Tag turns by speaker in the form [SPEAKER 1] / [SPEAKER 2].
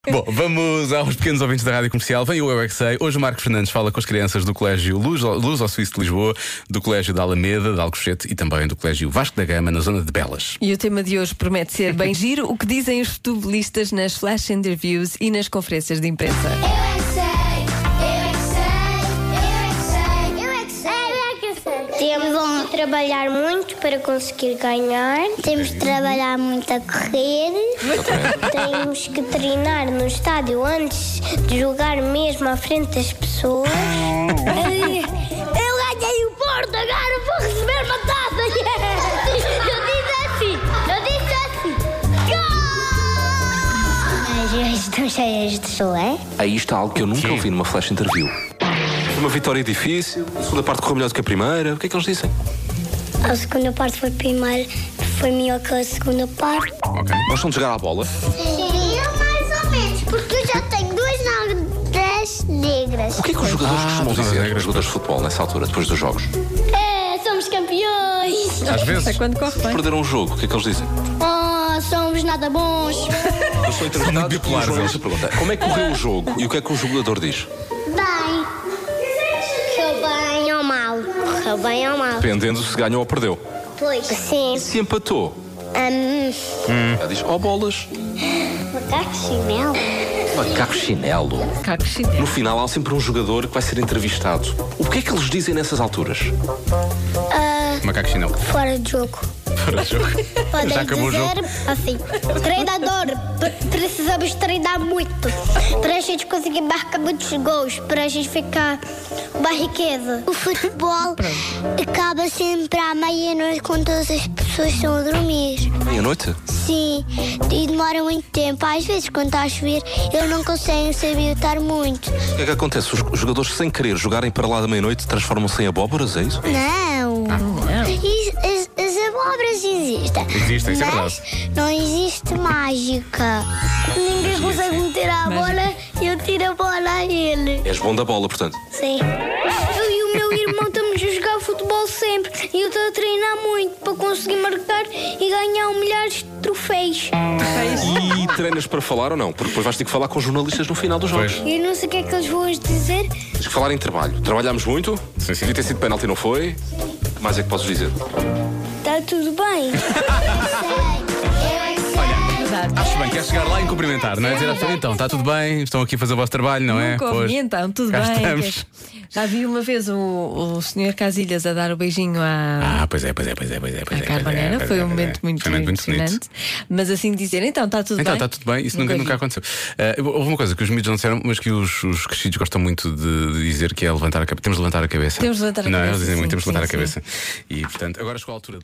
[SPEAKER 1] Bom, vamos aos pequenos ouvintes da Rádio Comercial. Vem o Eu É Que Sei. Hoje o Marco Fernandes fala com as crianças do Colégio Luz, Luz ao Suíço de Lisboa, do Colégio da Alameda, de Alcochete e também do Colégio Vasco da Gama, na zona de Belas.
[SPEAKER 2] E o tema de hoje promete ser bem giro, o que dizem os futebolistas nas flash interviews e nas conferências de imprensa.
[SPEAKER 3] Eu é que sei, eu é que sei, eu é que sei, eu é que sei, eu é que sei, eu é que sei.
[SPEAKER 4] Temos vão trabalhar muito para conseguir ganhar. Temos de trabalhar muito a correr. Temos que treinar no estádio antes de jogar mesmo à frente das pessoas.
[SPEAKER 3] Eu ganhei o Porto, agora vou receber uma taça. Eu disse assim, eu disse assim. Gol!
[SPEAKER 4] As ruas estão cheias de solé.
[SPEAKER 5] Aí está algo que eu nunca ouvi numa flash interview. Foi uma vitória difícil, a segunda parte correu melhor do que a primeira. O que é que eles dizem?
[SPEAKER 4] A segunda parte foi primeiro, foi melhor que a segunda parte.
[SPEAKER 5] Gostam de jogar à bola?
[SPEAKER 4] Eu mais ou menos, porque eu já tenho duas nalgas negras.
[SPEAKER 5] O que é que os jogadores costumam dizer, os jogadores de futebol, nessa altura, depois dos jogos?
[SPEAKER 3] É, somos campeões.
[SPEAKER 1] Às
[SPEAKER 2] Isso é
[SPEAKER 1] vezes.
[SPEAKER 2] quando corre bem.
[SPEAKER 5] Perderam um jogo, o que é que eles dizem?
[SPEAKER 3] Oh, somos nada bons.
[SPEAKER 5] Eu sou entrevistado
[SPEAKER 1] muito
[SPEAKER 5] e o
[SPEAKER 1] bipolares,
[SPEAKER 5] jornalista pergunta como é que correu o jogo e o que é que o jogador diz?
[SPEAKER 4] Bem. Correu bem ou mal? Correu bem ou mal?
[SPEAKER 5] Dependendo se ganhou ou perdeu.
[SPEAKER 4] Pois. Sim.
[SPEAKER 5] Se empatou,
[SPEAKER 4] Um,
[SPEAKER 5] ela diz, ó bolas,
[SPEAKER 4] macaco chinelo.
[SPEAKER 5] macaco chinelo.
[SPEAKER 2] Caco chinelo.
[SPEAKER 5] No final há sempre um jogador que vai ser entrevistado. O que é que eles dizem nessas alturas?
[SPEAKER 2] é
[SPEAKER 1] Macaco chinelo.
[SPEAKER 4] Fora de jogo.
[SPEAKER 1] Para o jogo.
[SPEAKER 4] Podem
[SPEAKER 1] Já acabou o
[SPEAKER 4] dizer
[SPEAKER 1] jogo.
[SPEAKER 4] assim: treinador, pre- precisamos treinar muito para a gente conseguir marcar muitos gols, para a gente ficar uma riqueza. O futebol acaba sempre à meia-noite quando todas as pessoas estão a dormir.
[SPEAKER 5] Meia-noite?
[SPEAKER 4] Sim, e demora muito tempo. Às vezes, quando está a chover, eu não consigo saber estar muito.
[SPEAKER 5] O que é que acontece? Os jogadores, sem querer jogarem para lá da meia-noite, transformam-se em abóboras, é isso?
[SPEAKER 4] Não.
[SPEAKER 1] Ah,
[SPEAKER 4] Is- as, as abóboras existem.
[SPEAKER 1] é? Existem, isso é
[SPEAKER 4] mas Não existe mágica. Ninguém consegue meter a bola e eu tiro a bola a ele.
[SPEAKER 5] És bom da bola, portanto.
[SPEAKER 4] Sim. Eu e o meu irmão estamos a jogar futebol sempre e eu estou a treinar muito para conseguir marcar e ganhar milhares de troféus.
[SPEAKER 5] E treinas para falar ou não? Porque depois vais ter que falar com os jornalistas no final dos jogos.
[SPEAKER 1] Pois.
[SPEAKER 4] Eu não sei o que é que eles vão dizer.
[SPEAKER 5] Tens que falar em trabalho. Trabalhámos muito?
[SPEAKER 1] Sim, sim.
[SPEAKER 5] Devia ter sido penalti, não foi? O que mais é que posso dizer?
[SPEAKER 4] Está tudo bem. é
[SPEAKER 1] Acho bem, quer chegar lá e cumprimentar, não é? Dizer à pessoa, então, está tudo bem, estão aqui a fazer o vosso trabalho, não é?
[SPEAKER 2] Nunca
[SPEAKER 1] Pois.
[SPEAKER 2] ouvi, então, tudo
[SPEAKER 1] cá
[SPEAKER 2] bem.
[SPEAKER 1] estamos.
[SPEAKER 2] Já vi uma vez o, o senhor Casilhas a dar o beijinho à,
[SPEAKER 1] Ah, pois é, pois é, pois é, pois é.
[SPEAKER 2] à
[SPEAKER 1] Pois é, pois é,
[SPEAKER 2] Carbonera,
[SPEAKER 1] pois
[SPEAKER 2] foi
[SPEAKER 1] é,
[SPEAKER 2] um
[SPEAKER 1] pois é.
[SPEAKER 2] momento muito
[SPEAKER 1] Foi um momento muito bonito.
[SPEAKER 2] emocionante. Mas assim dizer, então está tudo
[SPEAKER 1] Então,
[SPEAKER 2] bem.
[SPEAKER 1] está tudo bem, isso nunca, nunca
[SPEAKER 2] vi.
[SPEAKER 1] aconteceu. Ah, houve uma coisa que os miúdos não disseram, mas que os, os crescidos gostam muito de, de dizer que é levantar a cabeça. Temos de levantar a cabeça.
[SPEAKER 2] Temos de levantar a
[SPEAKER 1] não,
[SPEAKER 2] cabeça,
[SPEAKER 1] eles dizem muito,
[SPEAKER 2] sim,
[SPEAKER 1] temos de levantar a
[SPEAKER 2] sim,
[SPEAKER 1] cabeça. E portanto, agora chegou a altura.